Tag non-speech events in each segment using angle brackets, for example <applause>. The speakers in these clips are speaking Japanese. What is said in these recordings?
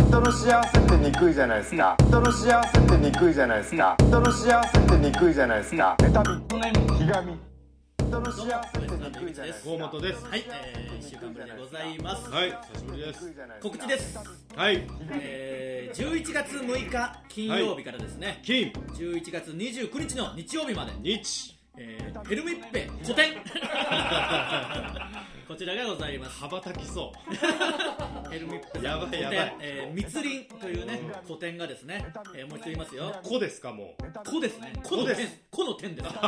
人の幸せってにくいじゃないですか人の幸せってにくいじゃないですか人の幸せってにくいじゃないですか妬みひがみ人の幸せってにくいじゃないですか河本ですはい、えー、1週間ぶりでございます、はい久しぶりです告知です、はいえー、11月6日金曜日からですね、金11月29日の日曜日まで、日えー、ヘルミッペ古典 <laughs> こちらがございます羽ばたきそヘルミッペ <laughs> うやばいや古ば典い、えー、密林というね古典がですね、えー、もう一度言いますよ子です <laughs> かもうこですねこのこで点すこの点 <laughs> ですか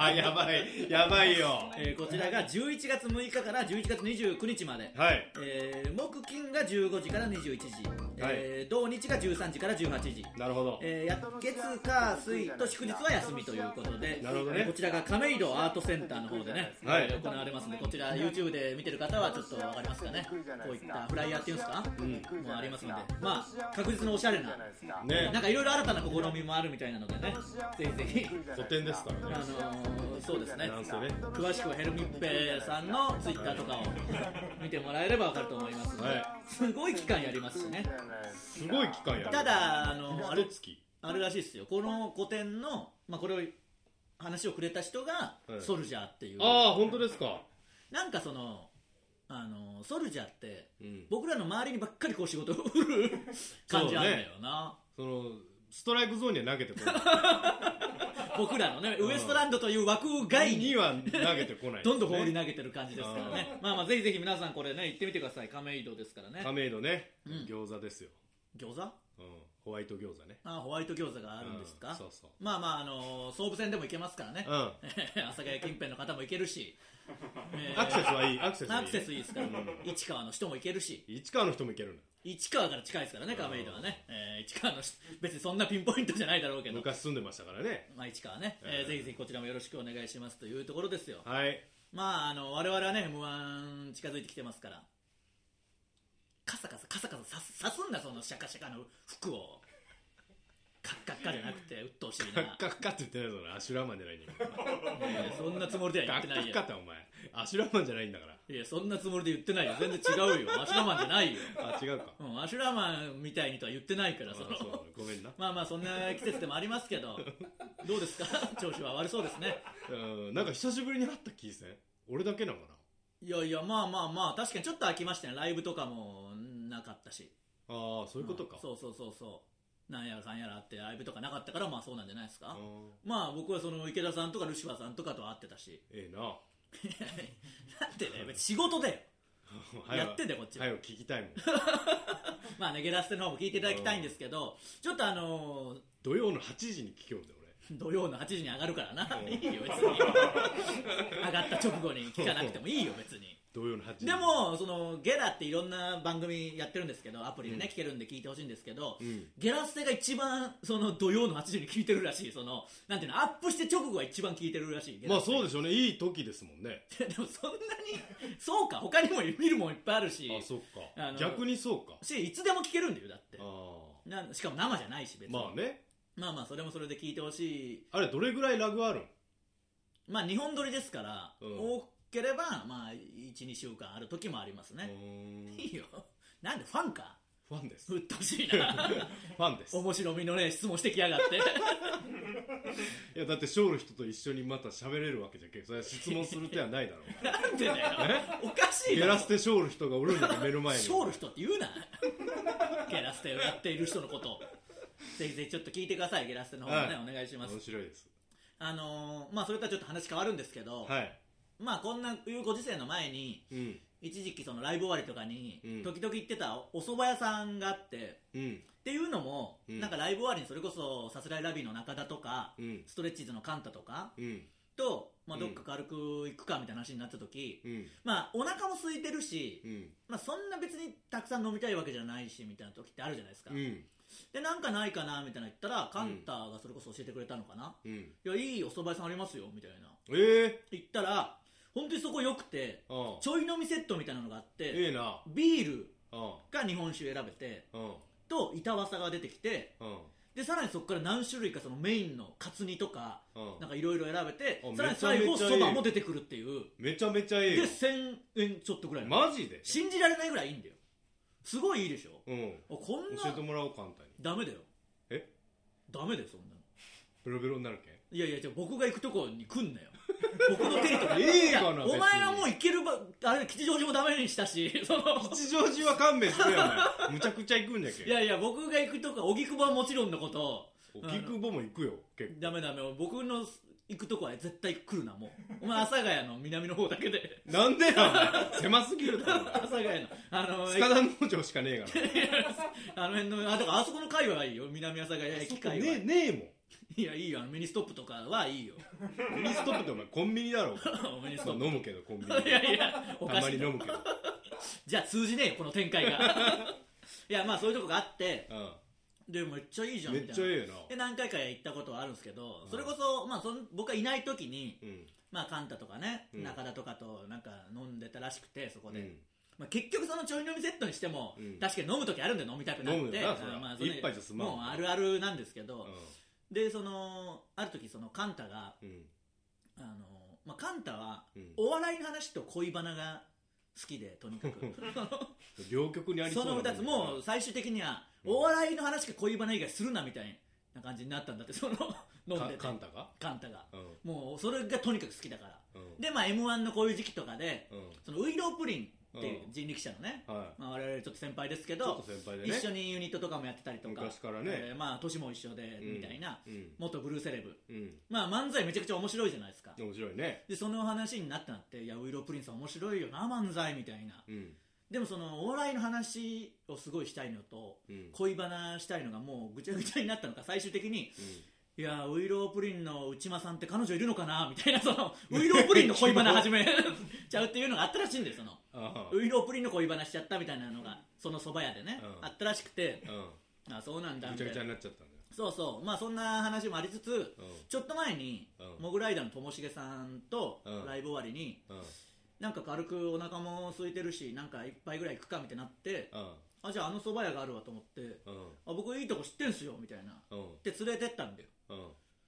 らねやばいやばいよえーこちらが11月6日から11月29日まで、はいえー木金が15時から21時、えー土日が13時から18時、なるほどえーや月火水と祝日は休みということでなるほどねこちらが亀戸アートセンターの方でね、はいえー行われますのでこちら YouTube で見てる方はちょっと分かりますかねこういったフライヤーっていうんですか、もうありますのでまあ確実のおしゃれなねなんかいろいろ新たな試みもあるみたいなのでねぜひぜひ古典ですからあねのーそうですねなんせね詳しくはヘルミッペさんのツイッターとかを見てもらえれば分かると思いますので、はいすごい期間やりますしねすごい期間やるただあのあれ一月あるらしいですよこの古典の、まあ、これを話をくれた人がはいソルジャーっていう、ああ本当ですかなんかそのあのソルジャーってうん僕らの周りにばっかりこう仕事を振 <laughs> る感じあるんだよな、そのストライクゾーンには投げてこ僕らのねうんウエストランドという枠な外いにには投げてこないどんどん放りない投げてる感じですからねまあまあぜひぜひ皆さんこれね行ってみてください亀戸ですからね亀戸ねうん餃子ですよ餃子あうんホワイト餃子ねホワイト餃子があるんですうか、そうそうまあまああのー総武線でも行けますからねう <laughs> ん阿佐ヶ谷近辺の方も行ける <laughs> し、えーアクセスはいいアクセスはいいアクセスいいですから、うん市川の人も行けるし市川の人もいけるの市川から近いですからね亀戸はね、えー市川の人別にそんなピンポイントじゃないだろうけど、昔住んでましたからねまあ、市川ね、えーうんぜひぜひこちらもよろしくお願いしますというところですよはいまああの我々はね m 1近づいてきてますからカサカサカサカサさすさすんなそのシャカシャカの服をカッカッカじゃなくて鬱陶しいカなッカッカって言ってないぞなアシュラマンじゃないんだからいやいやそんなつもりでは言ガってッカないッよカってお前アシュラマンじゃないんだからいやそんなつもりで言ってないよ全然違うよアシュラマンじゃないよ、あ違うかうん、アシュラマンみたいにとは言ってないかあらそそうのだねごめんなまあまあそんな季節でもありますけどどうですか調子は悪そうですねうんなんか久しぶりに会った気せん俺だけなのかいやいやまあまあまあ確かにちょっと飽きましたねライブとかもなかったしなああそういうことかんそうそうそうそうなんやらかんやらあってライブとかなかったからまあそうなんじゃないですあかーまあ僕はその池田さんとかルシファーさんとかと会ってたしええななんてね別に仕事でやってんだよこっちは、はい聞きたいもんまあねゲラステの方も聞いていただきたいんですけどちょっとあのー土曜の8時に聞きようんだよ土曜の8時に上がるからなうんいいよ別に上がった直後に聞かなくてもいいよ別に俺土曜の8時でもそのゲラっていろんな番組やってるんですけどアプリでね、聞けるんで聞いてほしいんですけど、うんゲラステが一番その土曜の8時に聞いてるらしいそのなんていうのアップして直後が一番聞いてるらしいゲまラあステそうでしょうねいい時ですもんね <laughs> でもそんなにそうか他にも見るもんいっぱいあるしあそっあかの逆にそうかしいつでも聞けるんだよだってあなんしかも生じゃないし別あに、まあねまあまあそれもそれで聞いてほしいあれどれぐらいラグあるんまあ日本撮りですから、うん多ければまあ12週間ある時もありますうね、ーんいいよなんでファンかファンですうっとうしいなファンです面白みのねえ質問してきやが <laughs> っていやだってショーの人と一緒にまた喋れるわけじゃんけそれは質問する手はないだろうなんでだよおかしいゲだろラステショール人がおるんだよ目の前にショール人って言うなゲラステをやっている人のことぜひぜひちょっと聞いてくださいゲラステの方もね、はお願いします面白いですあのーまあそれとはちょっと話変わるんですけど、はいまあこんないうご時世の前にうん一時期そのライブ終わりとかにうん時々行ってたお蕎麦屋さんがあってうんっていうのも、うんなんかライブ終わりにそれこそさすらいラビーの中田とかうんストレッチーズのカンタとかうんと、まあ、うんどっか軽く行くかみたいな話になった時、うんまあお腹も空いてるし、うんまあ、そんな別にたくさん飲みたいわけじゃないしみたいな時ってあるじゃないですか、うんでなんかないかなみたいな言ったらカンタがそれこそ教えてくれたのかな、うんいやいいお蕎麦屋さんありますよみたいなええ言ったら本当にそこ良くてああちょい飲みセットみたいなのがあってええなビールあが日本酒選べてあうんと板わさが出てきてうんでさらにそこから何種類かそのメインのカツ煮とかうんなんかいろいろ選べてあさらに最後めちゃそめちゃいいばも出てくるっていうめちゃめちゃええでよ1000円ちょっとぐらいのマジで信じられないぐらいいいんだよすごいいいでしょうんあこんな教えてもらおう簡単にダメだよえダメだよそんなのベロベロになるけんいやいやじゃあ僕が行くとこに来んなよ <laughs> 僕のテリトリーええいかやな別にお前はもう行けるばあれ吉祥寺もダメにしたし <laughs> その吉祥寺は勘弁してよお前むちゃくちゃ行くんじゃけいやいや僕が行くとこは荻窪はもちろんのこと荻窪も行くよ結構ダメダメ僕の行くとこは絶対来るなもうお前阿佐ヶ谷の南の方だけで <laughs> なんでやお前狭すぎるだ阿佐ヶ谷のあの塚田農場しかねえからあの辺のあだからあそこの界隈いいよ南阿佐ヶ谷駅界隈、ねねえもんいやいいよあのミニストップとかはいいよ <laughs> ミニストップってお前コンビニだろミニストまあッ飲むけどコンビニプいやいやおたかましにいな飲むけどじゃあ通じねえよこの展 <laughs> 開がいやまあそういうとこがあってでめっちゃいいじうゃんんめみったいなちゃえで何回か行ったことはあるんですけど、うんそれこそ,、まあ、その僕がいない時に、えまなあ、カンタとかね、うん中田とかとなんか飲んでたらしくてそこうんで、まあ、結局そのちょい飲みセットにしても、うん確かに飲む時あるんで飲みたくなって飲むよなそりゃあまあ一杯じゃ済まんもうあるあるなんですけど、うでそのある時そのカンタがんうんあの、まあ、カンタはうんお笑いの話と恋バナが好きでとにかく <laughs> 両極にありそそうのな2つもう最終的にはお笑いの話か恋バナ以外するなみたいな感じになったんだってその飲んかでてカンタがカンタがうんもうそれがとにかく好きだからうんでまあ m 1のこういう時期とかでうんそのウイロープリンっていううん人力車のね、はいまあ、我々ちょっと先輩ですけちょっどと先輩でね一緒にユニットとかもやってたりとか昔からねえーまあ年も一緒でうんみたいな、うん元ブルーセレブうんまあ漫才めちゃくちゃ面白いじゃないですか面白いねでその話になってなって「いやウイロープリンさん面白いよな漫才」みたいなうんでもそのお笑いの話をすごいしたいのとうん恋バナしたいのがもうぐちゃぐちゃになったのか最終的に「いやウイロープリンの内間さんって彼女いるのかな?」みたいなそのウイロープリンの恋バナ始め <laughs> ちゃうっていうのがあったらしいんだよそのああウイロープリンの恋バナしちゃったみたいなのがそのそば屋でねうんあったらしくてうあそうなんだんぐみちたいなゃぐちゃになっちゃったんだよそうそうまあそんな話もありつつちょっと前にうんモグライダーのともしげさんとうんライブ終わりにうんうんなんか軽くお腹も空いてるしなんか一杯ぐらい行くかみたいになってうあじゃああの蕎麦屋があるわと思ってんあ僕いいとこ知ってんすよみたいなうんで連れてったんだようん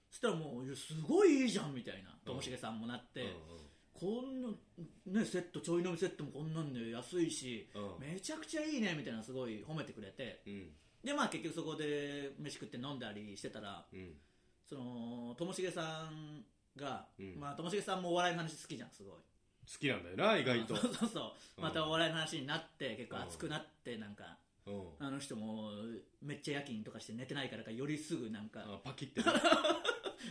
そしたらもういやすごいいいじゃんみたいなともしげさんもなって、こんな、ね、セットちょい飲みセットもこんなんで安いしうんうんめちゃくちゃいいねみたいなすごい褒めてくれてうんでまあ結局そこで飯食って飲んだりしてたらうんそのともしげさんがうんまあともしげさんもお笑いの話好きじゃんすごい好きなんだよな意外とそうそうそう <laughs> またお笑いの話になって結構熱くなってなんかうんあの人もめっちゃ夜勤とかして寝てないからかよりすぐなんかあパキってね <laughs>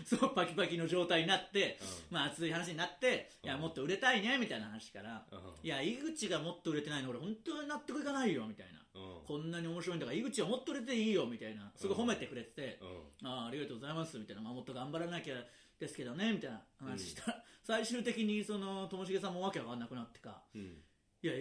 そうパキパキの状態になってうまあ熱い話になっていやうんもっと売れたいねみたいな話からんうんいや井口がもっと売れてないの俺本当に納得いかないよみたいなうんこんなに面白いんだから井口はもっと売れていいよみたいなすごい褒めてくれててうああありがとうございますみたいな、まあ、もっと頑張らなきゃですけどねみたいな話したら、最終的にそのともしげさんもわけわかんなくなってかんうんいや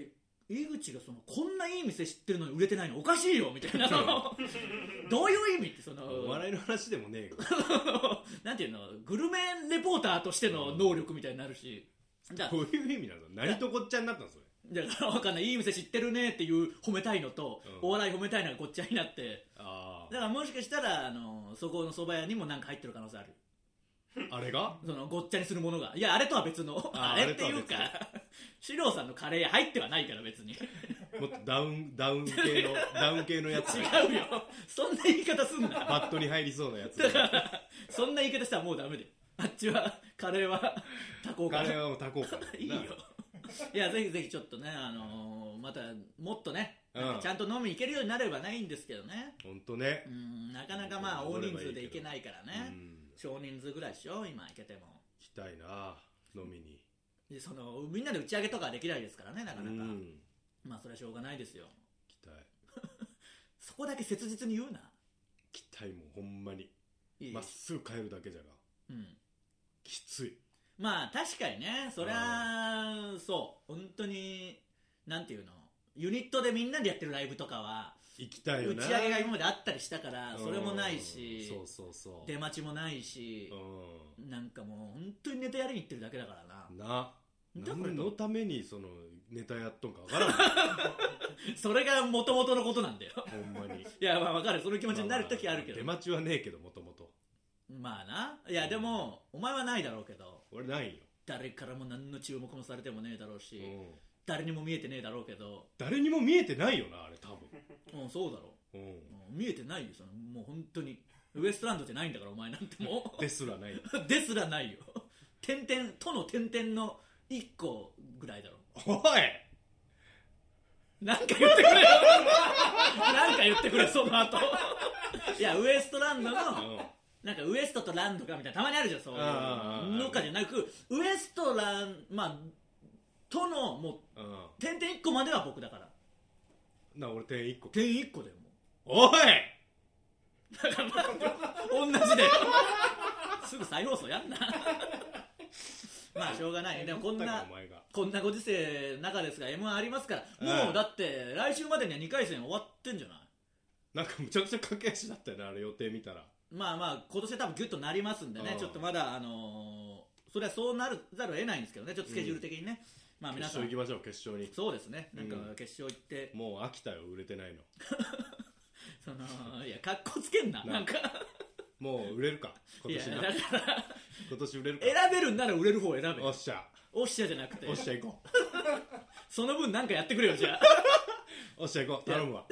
井口がそのこんないい店知ってるのに売れてないのおかしいよみたいなその <laughs> どういう意味ってそのお笑いの話で <laughs> もねえよなんていうのグルメレポーターとしての能力みたいになるしだかどういう意味なの何とこっちゃになったのそれらだからわかんないいい店知ってるねっていう褒めたいのと、うんお笑い褒めたいのがごっちゃになってあだからもしかしたらあのそこの蕎麦屋にもなんか入ってる可能性あるああれがそのごっちゃにするものがいやあれとは別のああーれっていうかあれ <laughs> 四郎さんのカレー入ってはないから別に違もっとダウンダウン <laughs> 系のダウン系のやつうよそんな言い方すんなバットに入りそうなやつ <laughs> そんな言い方したらもうダメであっちはカレーは多幸かカレらーはもう多幸感だもんない <laughs> いよいやぜひぜひちょっとね、あのーまたもっとねなんうんかちゃんと飲みに行けるようになればないいんですけどねほんとねうんなかなかまあ大人数で行けないからうねん少人数ぐらいでしょ今行けても行きたいな飲みにでそのみんなで打ち上げとかはできないですからねなかうなか、んまあそれはしょうがないですよ行きたいそこだけ切実に言うな行きたいもんほんまにいいまっすぐ帰るだけじゃがうん、きついまあ確かにねそりゃそう本当になんていうのユニットでみんなでやってるライブとかは行きた打いよなち上げが今まであったりしたからうんそれもないしそうそうそう出待ちもないしうなんかもう本当にネタやりに行ってるだけだからなんなだから何のためにそのネタやっとんかわか <laughs> らんそれが元々のことなんだよ <laughs> ほんまにいやまあわかるその気持ちになる時あるけどまあまあ出待ちはねえけどもともとまあないやでもお前はないだろうけど俺ないよ、誰からも何の注目もされてもねえだろうしうん誰にも見えてねえだろうけど誰にも見えてないよなあれ多分うんそうだろうんう、うん見えてないよそのもう本当にウエストランドじゃないんだからお前なんてもう <laughs> ですらないですらないよ点々との点々の1個ぐらいだろおいなんか言ってくれよ <laughs> なんか言ってくれその後いやウエストランドのなんかウエストとランドがみたいなたまにあるじゃんそういうあーのかじゃなくウエストランまあとのもうんうんう点々1個までは僕だからな俺点一個点1個だよもうおい同じだよすぐ再放送やんなまあしょうがないでもこんだからなお前がこんなご時世の中ですが m 1ありますからうんもうだって来週までには2回戦終わってんじゃないなんかむちゃくちゃ駆け足だったよねあれ予定見たらまあまあ今年は多分ギュッとなりますんでねうんちょっとまだあのーそれはそうなるざるを得ないんですけどねちょっとスケジュール的にね、まあ決皆さ勝ん行きましょう決勝にそうですねなんかうん決勝行って、もう飽きたよ売れてないのそのいや格好つけんなななんかもう売れるか今年ないやだから今年売れるか選べるんなら売れる方を選べおっしゃおっしゃじゃなくておっしゃ行こその分なんかやってくれよじゃあうおっしゃ行こう頼むわ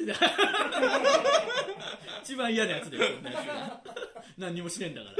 一番嫌なやつだよそんなやつが何にもしねえんだから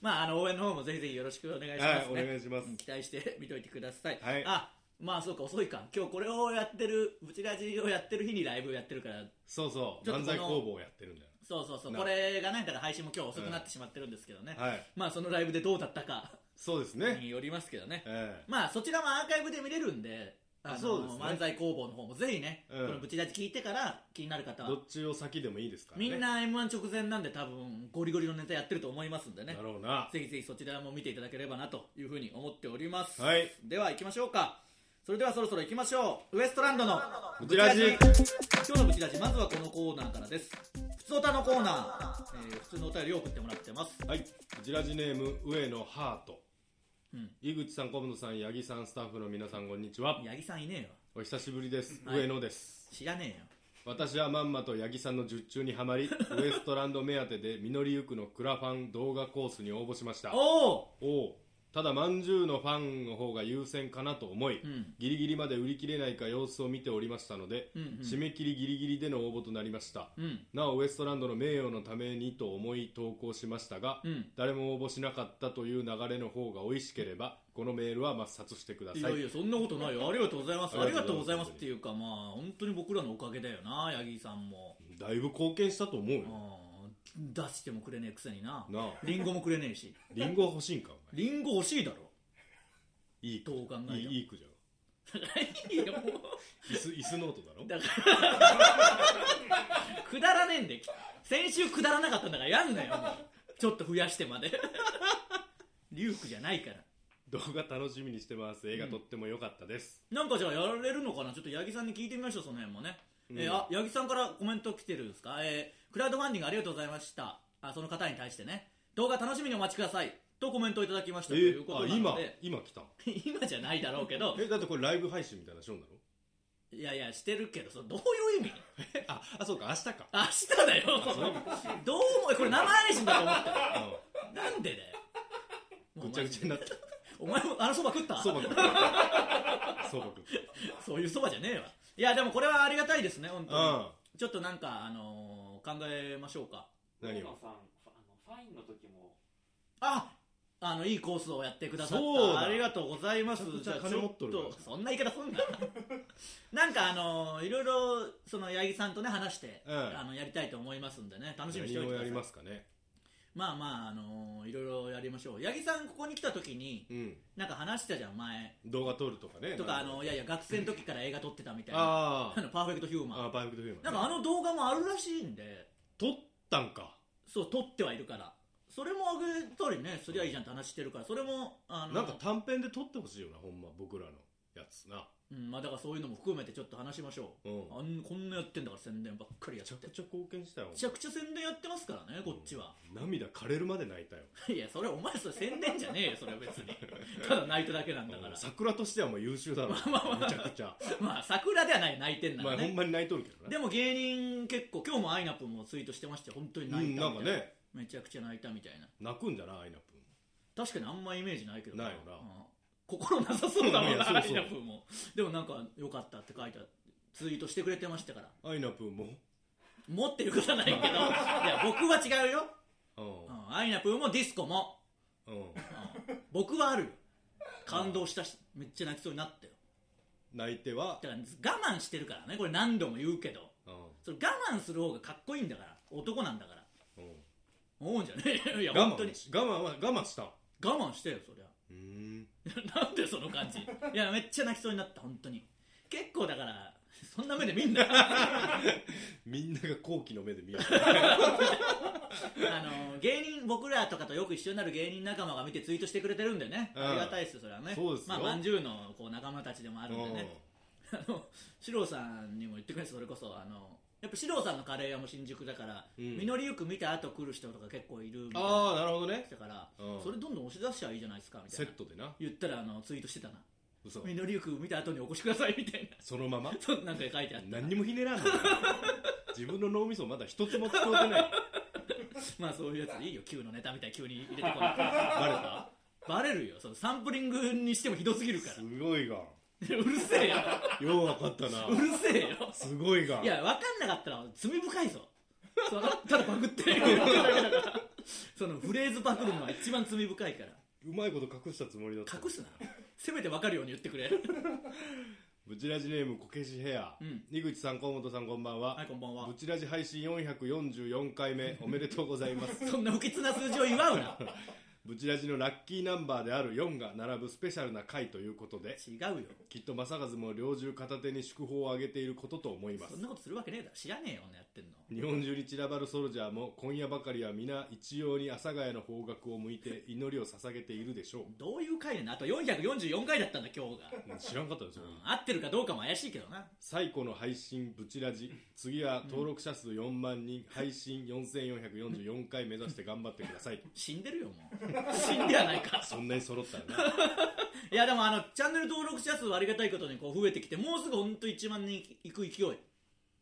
まああの応援の方もぜひぜひよろしくお願いします、ねはいお願いしますうん期待して見といてください、はいあまあそうか遅いか今日これをやってるブチラジをやってる日にライブやってるからそうそうちょっとこの漫才工房やってるんだよそうそうそうなこれがないから配信も今日遅くなってしまってるんですけどね、はいまあそのライブでどうだったかそうですねによりますけどねええまあそちらもアーカイブで見れるんであのそうですね漫才工房の方もぜひね、うんこのブチラジ聞いてから気になる方はどっちを先でもいいですからねみんな m 1直前なんで多分ゴリゴリのネタやってると思いますんでねだろうなぜひぜひそちらも見ていただければなというふうに思っております、はいでは行きましょうかそれではそろそろ行きましょうウエストランドのブチラジ今日のブチラジまずはこのコーナーからです普通歌のコーナー、えー普通のお便りを送ってもらってますはいこちらジネーム上野ハート、うん井口さん小室さん八木さんスタッフの皆さんこんにちは八木さんいねえよお久しぶりです、はい上野です知らねえよ私はまんまと八木さんの術中にはまりウエストランド目当てで実りゆくのクラファン動画コースに応募しましたおおおおただまんじゅうのファンの方が優先かなと思い、うんギリギリまで売り切れないか様子を見ておりましたので、うんうん締め切りギリギリでの応募となりました、うんなおウエストランドの名誉のためにと思い投稿しましたが、うん誰も応募しなかったという流れの方が美味しければこのメールは抹殺してくだいさやいいやそんなことないよありがとうございますあありりががとうとうごござざいいまますすっていうかまあ本当に僕らのおかげだよな八木さんもだいぶ貢献したと思ううよ、ん出してもくれねえくせにななあリンゴもくれねえしリンゴ欲しいんかお前リンゴ欲しいだろいいどう考えていいもいい句じゃんいやも椅子椅子ノートだろうだからくだらねえんで先週くだらなかったんだからやんなよもうちょっと増やしてまでリュウクじゃないから動画楽しみにしてます映画とっても良かったです、なんかじゃあやられるのかなちょっと八木さんに聞いてみましょうその辺もね、えーあ八木さんからコメント来てるんですか、えークラウドファンディングありがとうございましたあその方に対してね動画楽しみにお待ちくださいとコメントいただきましたとえいうことあなの今で今来た <laughs> 今じゃないだろうけどえだってこれライブ配信みたいなショーなのいやいやしてるけどそれどういう意味 <laughs> えああそうか明日か明日だよ <laughs> どう思うこれ生配信だと思ってうなんでだよもうん <laughs> ぐちゃぐちゃになっお前もあのそば食ったたそ <laughs> ばくんそばくんそういうそばじゃねえわいやでもこれはありがたいですね本当に、うんちょっとなんかあのー考えましょうか何河を野さんファあのファインの時もああのいいコースをやってくださっそうただありがとうございますめちじゃゃあくちゃちょ金持っとるからとそんな言い方すんな <laughs> なんかあのーいろいろその八木さんとね話して、うんあのやりたいと思いますんでね楽しみにしておい何てをくださやいりまますかねあまああのーいろいろやりましょう八木さんここに来た時にうんなんか話したじゃん前動画撮るとかねとかあなんのいやいや学生の時から映画撮ってたみたいなああのパーフェクトヒューあマンああパーフェクトフィルムなんかあの動画もあるらしいんで撮ったんかそう撮ってはいるからそれもあげたりねすりゃいいじゃんって話してるからそれもあのなんか短編で撮ってほしいよなほんま僕らのやつなうんまあ、だからそういうのも含めてちょっと話しましょう、うんあんこんなやってんだから宣伝ばっかりやっめちてゃくちゃ貢献したよめちゃくちゃ宣伝やってますからねこっちは、涙枯れるまで泣いたよいやそれお前それ宣伝じゃねえよそれは別 <laughs> にただ泣いただけなんだからうん桜としてはもう優秀だろめちゃくちゃまあ桜ではない泣いてんなまらあほんね、まに泣いとるけどでねも芸人結構今日もアイナップもツイートしてまして本当に泣いたみたいな,、うんなんかねめちゃくちゃ泣いたみたいな泣くんじゃないアイナプ確かにあんまイメージないけどないよなうん心なさそうだもんいやそうなそうアイナップもでもなんか良かったって書いてあツイートしてくれてましたからアイナプーも持ってることはないけ <laughs> どいや僕は違うよ、うんうん、アイナプーもディスコも、うんうん僕はあるよ感動したしめっちゃ泣きそうになったよ泣いてはだから我慢してるからねこれ何度も言うけどうんそれ我慢する方がかっこいいんだから男なんだからうん思うんじゃねえよいや我本当慢にし我慢は我慢した我慢してよそりゃうーん <laughs> なんでその感じいやめっちゃ泣きそうになった本当に結構だからそんな目で見んな <laughs> あみんなが好奇の目で見るの芸人僕らとかとよく一緒になる芸人仲間が見てツイートしてくれてるんでね、うんありがたいですよそれはねそうですまよあまんじゅうのこう仲間たちでもあうるんでねあの四郎さんにも言ってくれてそれこそあのやっぱ四郎さんのカレー屋も新宿だから、うん実りゆく見た後来る人とか結構いるみたいなああなるほどねだから、うんそれどんどん押し出しちゃいいじゃないですかみたセいなットでな言ったらあのツイートしてたな嘘「実りゆく見た後にお越しください」みたいな <laughs> そのままそうなんか書いてあって何にもひねらんの自分の脳みそまだ一つも使うてないまあそういうやつでいいよ Q のネタみたいに急に入れて <laughs> こないバレたバレるよそのサンプリングにしてもひどすぎるかすごいが <laughs> らうるせえよようわかったなうるせえよすごいがいや分かんなかったら罪深いぞそのただパクってる <laughs> だけだからそのフレーズパクるのは一番罪深いからうまいこと隠したつもりだった隠すなせめて分かるように言ってくれブチラジネームこけしヘア、うん井口さん河本さんこんばんは、はいこんばんはブチラジ配信444回目おめでとうございますそんな不吉な数字を祝うなブチラジのラッキーナンバーである4が並ぶスペシャルな回ということで違うよきっと正和も猟銃片手に祝砲をあげていることと思いますそんなことするわけねえだろ知らねえよ女やってんの日本中に散らばるソルジャーも今夜ばかりは皆一様に阿佐ヶ谷の方角を向いて祈りを捧げているでしょどういう回なのあと444回だったんだ今日が、う知らんかったですよ、うん合ってるかどうかも怪しいけどな最古の配信ブチラジ次は登録者数4万人、配信4444回目指して頑張ってください死んでるよもう <laughs> 死んではないかそんなに揃ったら <laughs> ないやでもあのチャンネル登録者数はありがたいことにこう増えてきてもうすぐほんと1万人いく勢い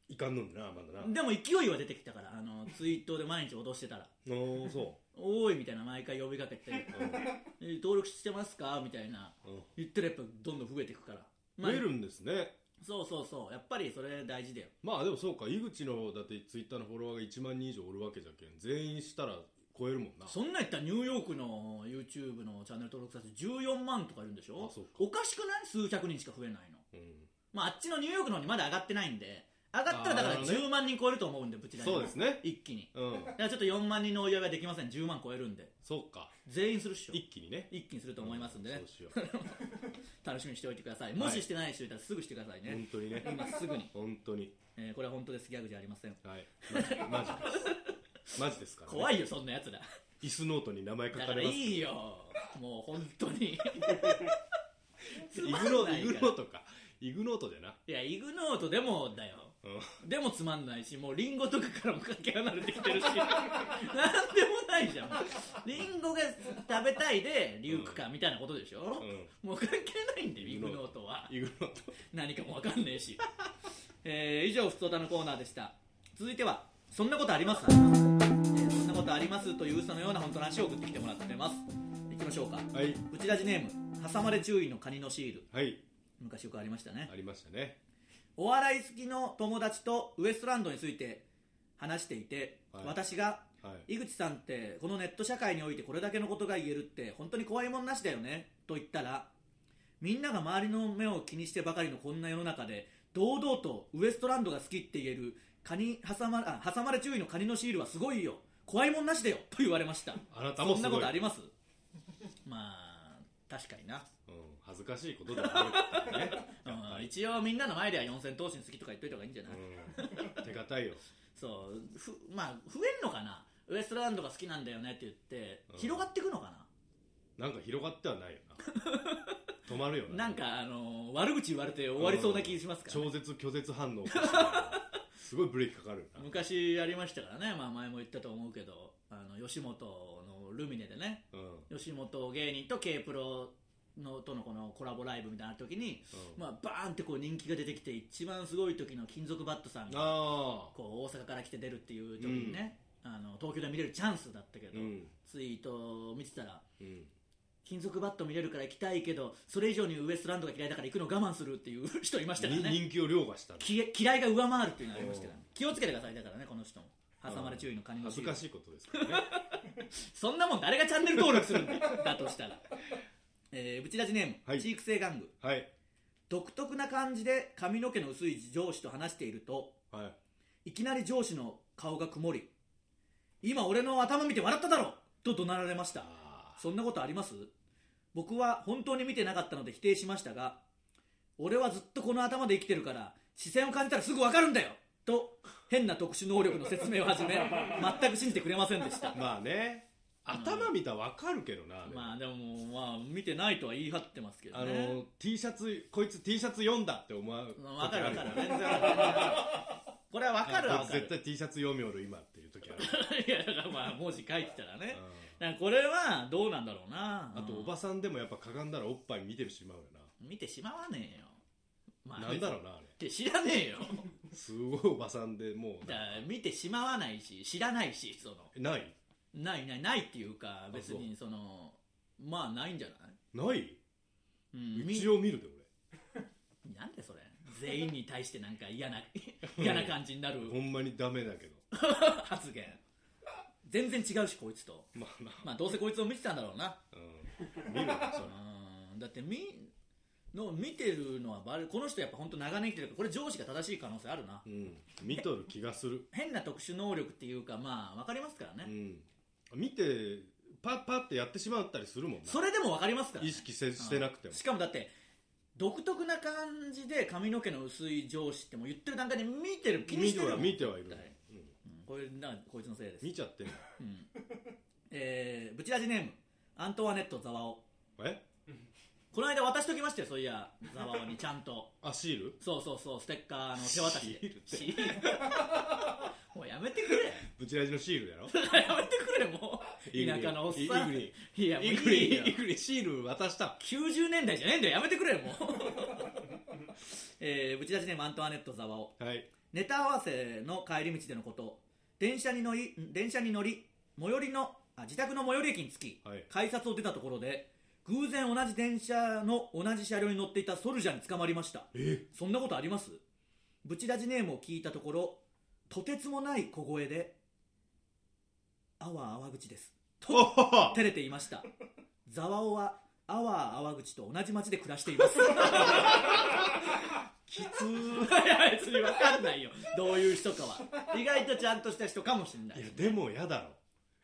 いかんのんなまだなでも勢いは出てきたからあのツイートで毎日脅してたらおーそ「おーい」みたいな毎回呼びかけてう、うん「え登録してますか?」みたいなうん言ったらやっぱどんどん増えていくから、ま増あえるんですねそうそうそうやっぱりそれ大事だよまあでもそうか井口のだってツイッターのフォロワーが1万人以上おるわけじゃけん全員したら超えるもんなそんなん言ったらニューヨークの YouTube のチャンネル登録者数14万とかいるんでしょあそうかおかしくない数百人しか増えないのうんまああっちのニューヨークの方にまだ上がってないんで上がったらだからあーなるほどね10万人超えると思うんでブチラジはそうですね一気にうんいやちょっと4万人のお祝いはできません10万超えるんでそうか全員するっしょ一気にね一気にすると思いますんでね、そうしよう楽しみにしておいてくださいもししてない人いたらすぐしてくださいね、本当にね今すぐに、本当にえーこれは本当ですギャグじゃありませんはいマジマジですマジですから、ね、怖いよそんなや <laughs> つら椅子ノートに名前書だかかられいますいよもう本当 <laughs> につイグまんノなイいグノからートかイグノートじゃないやイグノートでもだようんでもつまんないしもうリンゴとかからもかけ離れてきてる <laughs> しなんでもないじゃんリンゴが食べたいでリュックかみたいなことでしょ、うんもう関係ないんだよイグノートはイグノート何かもわかんねえし、えー以上ふつおたのコーナーでした続いてはそんなことあります、えーそんなことありますという嘘のような本当の話を送ってきてもらってますいきましょうかはいブチラジネーム挟まれ注意のカニのシールはい昔よくありましたねありましたねお笑い好きの友達とウエストランドについて話していて、はい私がはい井口さんってこのネット社会においてこれだけのことが言えるって本当に怖いもんなしだよねと言ったらみんなが周りの目を気にしてばかりのこんな世の中で堂々とウエストランドが好きって言えるカニ挟まあ挟まれ注意のカニのシールはすごいよ怖いもんなしだよと言われましたあなたもそんすなごこいとありますまあ確かにな、うん、恥ずかしいことだよねやっぱうんり一応みんなの前では四千頭身好きとか言っといた方がいいんじゃない、うん手堅いよそうふまあ増えんのかなウエストランドが好きなんだよねって言ってうん広がっていくのかな、なんか広がってはないよ <laughs> な止まるよなんか、あのー悪口言われて終わりそうな気しますからね、超絶拒絶反応すごいブレーキかかるよな昔ありましたからね、まあ、前も言ったと思うけどあの吉本のルミネでねうん、うん吉本芸人と k プロのとのこのコラボライブみたいな時に、まあ、バーンってこう人気が出てきて一番すごい時の金属バットさんがあこう大阪から来て出るっていう時にね、あの東京で見れるチャンスだったけーうど、んツイートを見てたらうん金属バット見れるから行きたいけどそれ以上にウエストランドが嫌いだから行くの我慢するっていう <laughs> 人いましたからにね人気を凌駕したんだき嫌いが上回るっていうのがありましたから気をつけてくださいだからねこの人も挟まれ注意のカニの恥注ず意かしいことで <laughs> すからねそんなもん誰がチャンネル登録するん <laughs> だよだとしたら、えー、ブチラジネーム、はいチーク性玩具はい独特な感じで髪の毛の薄い上司と話しているとはいいきなり上司の顔が曇り今俺の頭見て笑っただろと怒鳴られましたあそんなことあります僕は本当に見てなかったので否定しましたが俺はずっとこの頭で生きてるから視線を感じたらすぐ分かるんだよと変な特殊能力の説明を始 <laughs> め全く信じてくれませんでしたーまあね頭見たらわかるけどな、でもまあでもまあ見てないとは言い張ってますけどあねの T シャツこいつ T シャツ読んだって思うまあわかるわかる時全然わかるこれはわあかるあわこいつかる絶対 T シャツ読みおる今っていう時ある <laughs> いやだからまあ文字書いてたらねうだからこれはどうなんだろうなんあとおばさんでもやっぱかがんだらおっぱい見てしまうよ見てしまわねえよまななんだろうなあれって知らねえよすごいおばさんでもうだかなら見てしまわないし知らないしそのないないないないっていうか別そうにそのまあないんじゃないないうんみ一応見るでなんでそれ全員に対してなんか嫌 <laughs> な嫌な感じになる俺ほんまにダメだけど発言全然違うしこいつとまあな <laughs> まあどうせこいつを見てたんだろうなうん見るよそれうんだってみの見てるのはバレこの人やっぱ本当長年生きてるからこれ上司が正しい可能性あるなうん見とる気がする変な特殊能力っていうかまあ分かりますからね、うん見てパッパってやってしまったりするもんなそれでも分かりますから、ね、意識せしてなくてうもんしかもだって独特な感じで髪の毛の薄い上司ってもう言ってる段階で見てる気に見しててるはもん見てはいるはいうんうんこれなこいつのせいです、見ちゃってんのうんえー、ブチラジネームアントワネット・ザワオえこの間渡しときましたよそういやザワオにちゃんとあシールそうそうそうステッカーあの手渡しシでールってシールもうやめてくれブチラジのシールやろやめてくれもイグうリ <laughs> 田舎のおっさんイいやもうイグリいいイよグリイグリシール渡した90年代じゃねえんだよやめてくれもう <laughs> えー、ぶち出しねマントワネット・ザワオはいネタ合わせの帰り道でのこと電車に乗りん電車に乗り最寄りのあ自宅の最寄り駅に着き、はい改札を出たところで偶然同じ電車の同じ車両に乗っていたソルジャーに捕まりましたえそんなことありますブチラジネームを聞いたところとてつもない小声で「あわあわ口です」おとほほ照れていましたザワオはアワーアワ口と同じ町で暮らしていますきつーいや別に分かんないよどういう人かは意外とちゃんとした人かもしれないいやでもやだろ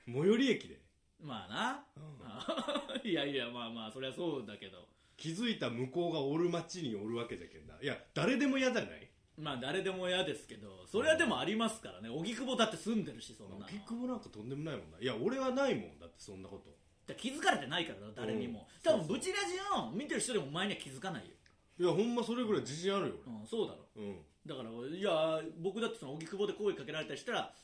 最寄り駅でまあなうんあいやいやまあまあそりゃそうだけど気づいた向こうがおる町におるわけじゃけんないや誰でも嫌じゃないまあ誰でも嫌ですけどそれはでもありますからね荻窪だって住んでるしそんなの荻窪なんかとんでもないもんないや俺はないもんだってそんなことだから気づかれてないからな誰にもうん多分そうそうブチラジの見てる人でも前には気づかないよ、いやほんまそれぐらい自信あるようん、そうだろ俺うんだからいや僕だってその荻窪で声かけられたりしたら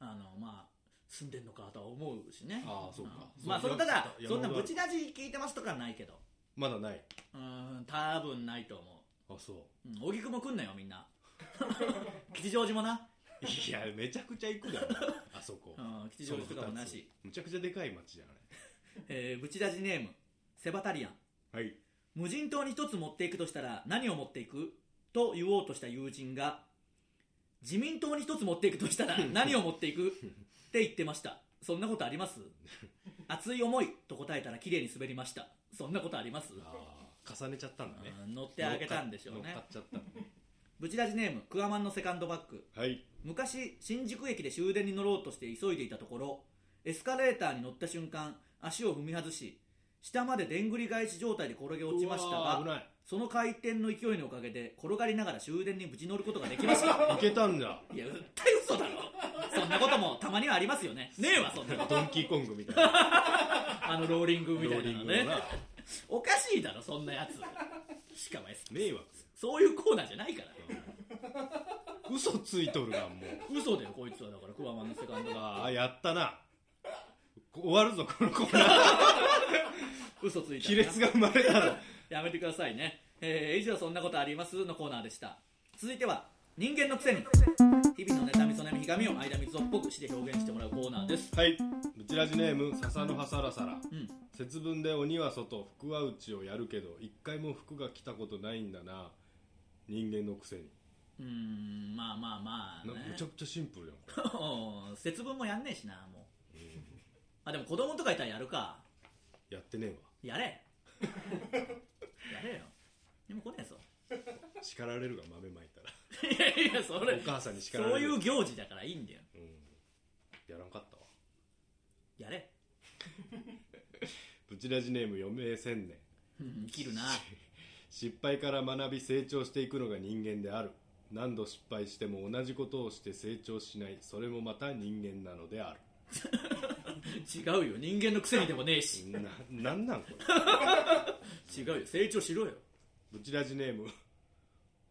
あのまあ住んでんのかとは思うしねああそうかんまあそれそうただ山そんな山ブチラジ聞いてますとかはないけどまだないうん多分ないと思あそううん荻窪、くんなよみんな <laughs> 吉祥寺もな、ういやめちゃくちゃ行くだろあそこうん、吉そ祥の寺とかもな二しつむちゃくちゃでかい町じゃんあえーブチラジネームセバタリアンれはい無人島に一つ持っていくとしたら何を持っていくと言おうとした友人が自民党に一つ持っていくと <laughs> したら何を持っていくって言ってましたそんなことあります熱い思いと答えたら綺麗に滑りましたそんなことありますああ重ねちゃったんだねうん乗ってあげたんでしょう乗っねかっちゃったんだねブチラジネームクワマンのセカンドバッグはい昔新宿駅で終電に乗ろうとして急いでいたところエスカレーターに乗った瞬間足を踏み外し下まででんぐり返し状態で転げ落ちましたうがわー危ないその回転の勢いのおかげで転がりながら終電に無事乗ることができましたい <laughs> 行けた <laughs> んだや絶対嘘だろそんなこともたまにはありますよねねえわそんなことドンキーコングみたいなあのローリングロみたーいリなンのグねのなおかしいだろそんなやつしかも迷惑そういうコーナーじゃないから嘘ついとるがんもう嘘だよこいつはだからクワマンのセカンドがああやったな終わるぞこのコーナー嘘ついたな亀裂が生まれたろやめてくださいね、えー以上「そんなことあります」のコーナーでした続いては「人間のくせに」日々の妬みそみひがみを間みつをっぽくして表現してもらうコーナーですはいブチラジネーム笹の葉サラサラうんセ節分で鬼は外福は内をやるけど一回も服が来たことないんだな人間のくせに、うーんまあまあまあ、なね、めちゃくちゃシンプルやんこれ <laughs> うん節分もやんねえしなもうあでも子供とかいたらやるかやってねえわやれやれよでも来ねえぞ <laughs> 叱られるが豆まいたらいやいやそれお母さんに叱らそうれいるう行事だからいいんだようん、やらんかったわやれブチラジネーム余命千年うん生きるな失敗から学び成長していくのが人間である何度失敗しても同じことをして成長しないそれもまた人間なのである違うよ人間のくせにでもねえしななんなんこれ違うよ成長しろよブチラジネーム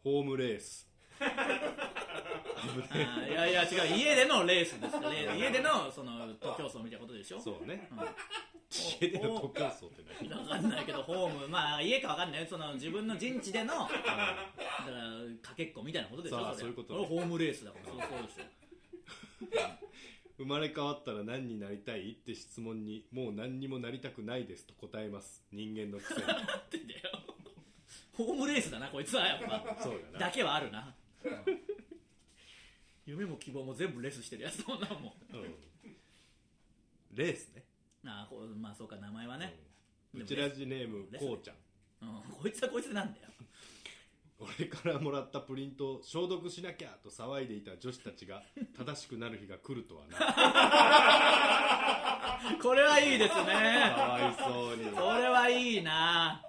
ホームレースあーいやいや違う家でのレースですからレース家でのその徒競走みたいなことでしょそうね、うん家での徒競走って何わかんないけどホームまあ家かわかんないよその自分の陣地でのだからかけっこみたいなことでしょそれうそういうことれホームレースだからそうそうでしょ生まれ変わったら何になりたいって質問にもう何にもなりたくないですと答えます人間のくせにだってんだよホームレースだなこいつはやっぱそうだなだけはあるなうん夢も希望も全部レースしてるやつそんなもんうんレースねああこうまあそうか名前はね、うでんブもチラジネームレースこうちゃんうん、こいつはこいつでなんだよ俺からもらったプリントを消毒しなきゃと騒いでいた女子たちが正しくなる日が来るとは <laughs> なこれはいいですねかわいそうにこれはいいな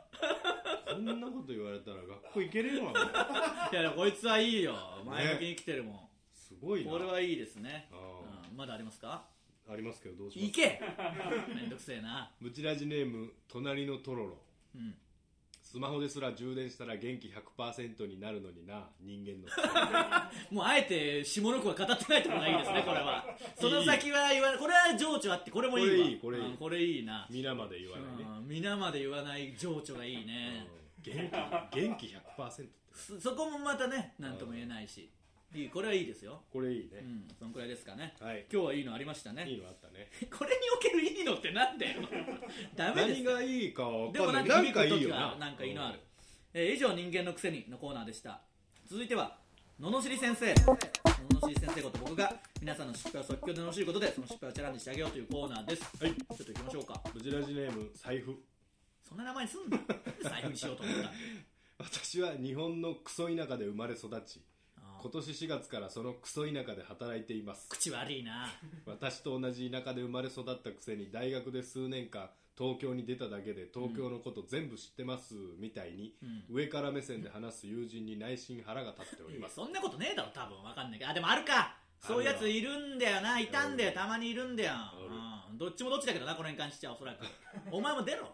こんなこと言われたら学校行けれるわもう <laughs> いやでもこいつはいいよ前向きに生きてるもん、すごいなこれはいいですね、あうんまだありますかありますけどどうします行け <laughs> めんどくせえなブチラジネーム隣のトロロうんスマホですら充電したら元気100%になるのにな人間の <laughs> もうあえて下の句は語ってないところがいいですねこれはその先は言わないこれは情緒あってこれもいいわこれいいこれいいうんこれいいな皆まで言わないね、うん皆まで言わない情緒がいいね、うん元気元気100%ってそそこもまたね何とも言えないしいいこれはいいですよこれいいうね、んそのくらいですかねはい今日はいいのありましたねいいのあったねこれにおけるいいのってなんだよ <laughs> ダメです何がいいかわでもかんななんいか響くなんかいい時よはななんかいいのあうるん、えー以上人間のくせにのコーナーでした続いては罵り先生罵り先生こと僕が皆さんの失敗を即興で罵ることでその失敗をチャレンジしてあげようというコーナーですはいちょっと行きましょうかブチラジネーム財布そんな名前にすんの財布にしようと思った私は日本のクソ田舎で生まれ育ちあー今年4月からそのクソ田舎で働いてい <laughs> ます口悪いな私と同じ田舎で生まれ育ったくせに大学で数年間東京に出ただけで東京のこと全部知ってますみたいに、う上から目線で話す友人に内心腹が立っておりいやますそんなことねえだろ多分わかんないけどあでもあるかそういうやついるんだよないたんだよたまにいるんだよ、うん、どっちもどっちだけどなこれに関してはおそら <laughs> くお前も出ろ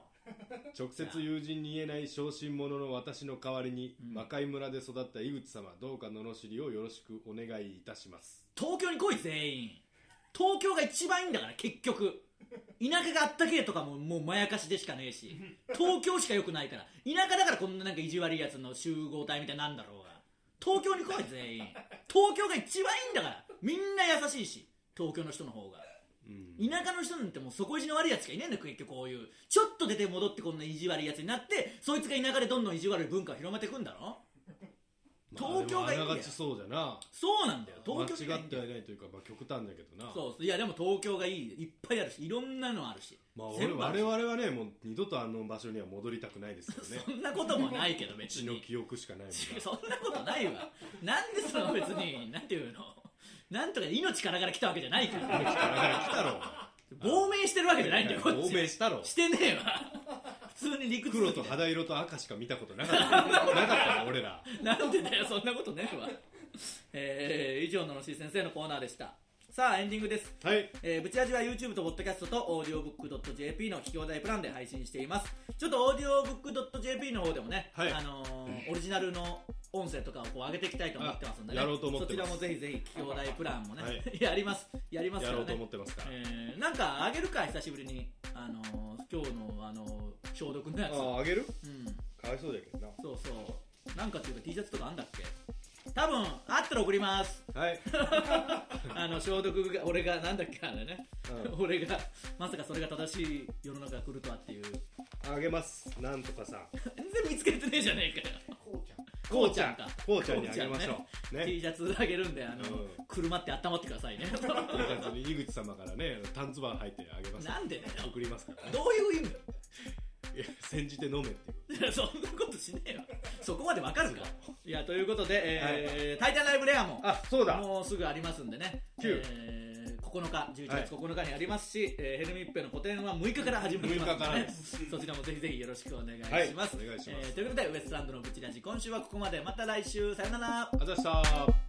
直接友人に言えない小心者の私の代わりに、うん魔界村で育った井口様どうか罵りをよろしくお願いいたします東京に来い全員東京が一番いいんだから結局田舎があったけえとかももうまやかしでしかねえし東京しか良くないから田舎だからこんななんか意地悪いやつの集合体みたいになんだろうが東京に来い全員東京が一番いいんだからみんな優しいし東京の人の方がうん田舎の人なんてもう底意地の悪いやつしかいねえんだよ結局こういうちょっと出て戻ってこんな意地悪いやつになってそいつが田舎でどんどん意地悪い文化を広めていくんだろまあ東京がいいんだよでもあながちそうじゃなそうなんだよ東京しか間い違いんだってよはいないというか、まあ、極端だけどなそうそういやでも東京がいいいっぱいあるしいろんなのあるし、まあ、俺全部あ我るし々はねもう二度とあの場所には戻りたくないですよねそんなこともないけど別血のに記憶しかないもんなそんなことないわなんでその別になんていうのなんとか命からから来たわけじゃないからだから来たろ亡命してるわけじゃないんだよこっち亡命した <laughs> ろしてねえわ普通に理屈黒と肌色と赤しか見たことな <laughs> かったなかったの俺らなんでだよそんなことねえわえー、以上ののしい先生のコーナーでしたさあエンディングですはいえー、ブチラジは YouTube と Podcast と audiobook.jp の企業大プランで配信していますちょっと audiobook.jp の方でもね、はいあのーオリジナルの音声とかをこう上げていきたいと思ってますんで、ね、あやろうと思ってまそちすらもぜひぜひ企業大プランもね、はいやりますやりますやからろねうと思ってますから、えーなんかあげるか久しぶりに、あのー今日の、あのー消毒のやつあああげるうんかわいそうだけどなそうそうなんかっていうか T シャツとかあんだっけ多分あったら送り <laughs> ますはい、あの消毒が俺がなんだっけあれね、う俺がまさかそれが正しい世の中が来るとはっていうあげます。なんとかさん。全然見つけてねえじゃねえかよこうちゃんかこうちゃんにあげましょう。ねね。 T シャツあげるんであの、うん車って温まってくださいね <laughs> T シャツに井口様からね、ンズバー入ってあげます。なんでだよ送りますから。どういう意味いや、煎じて飲めっていう。いや <laughs> そんなことしねえわそこまでわかるかいやということで、えータイタンライブレアもあ、そうだ。もうすぐありますんでね、九えー9日11はい月9日にありますし、えーヘルミッペの個展は6日から始まります6日からのででそちらもぜひぜひよろしくお願いします,、はいお願いしますえーということでウエストランドのブチラジ今週はここまでまた来週さよならあざした。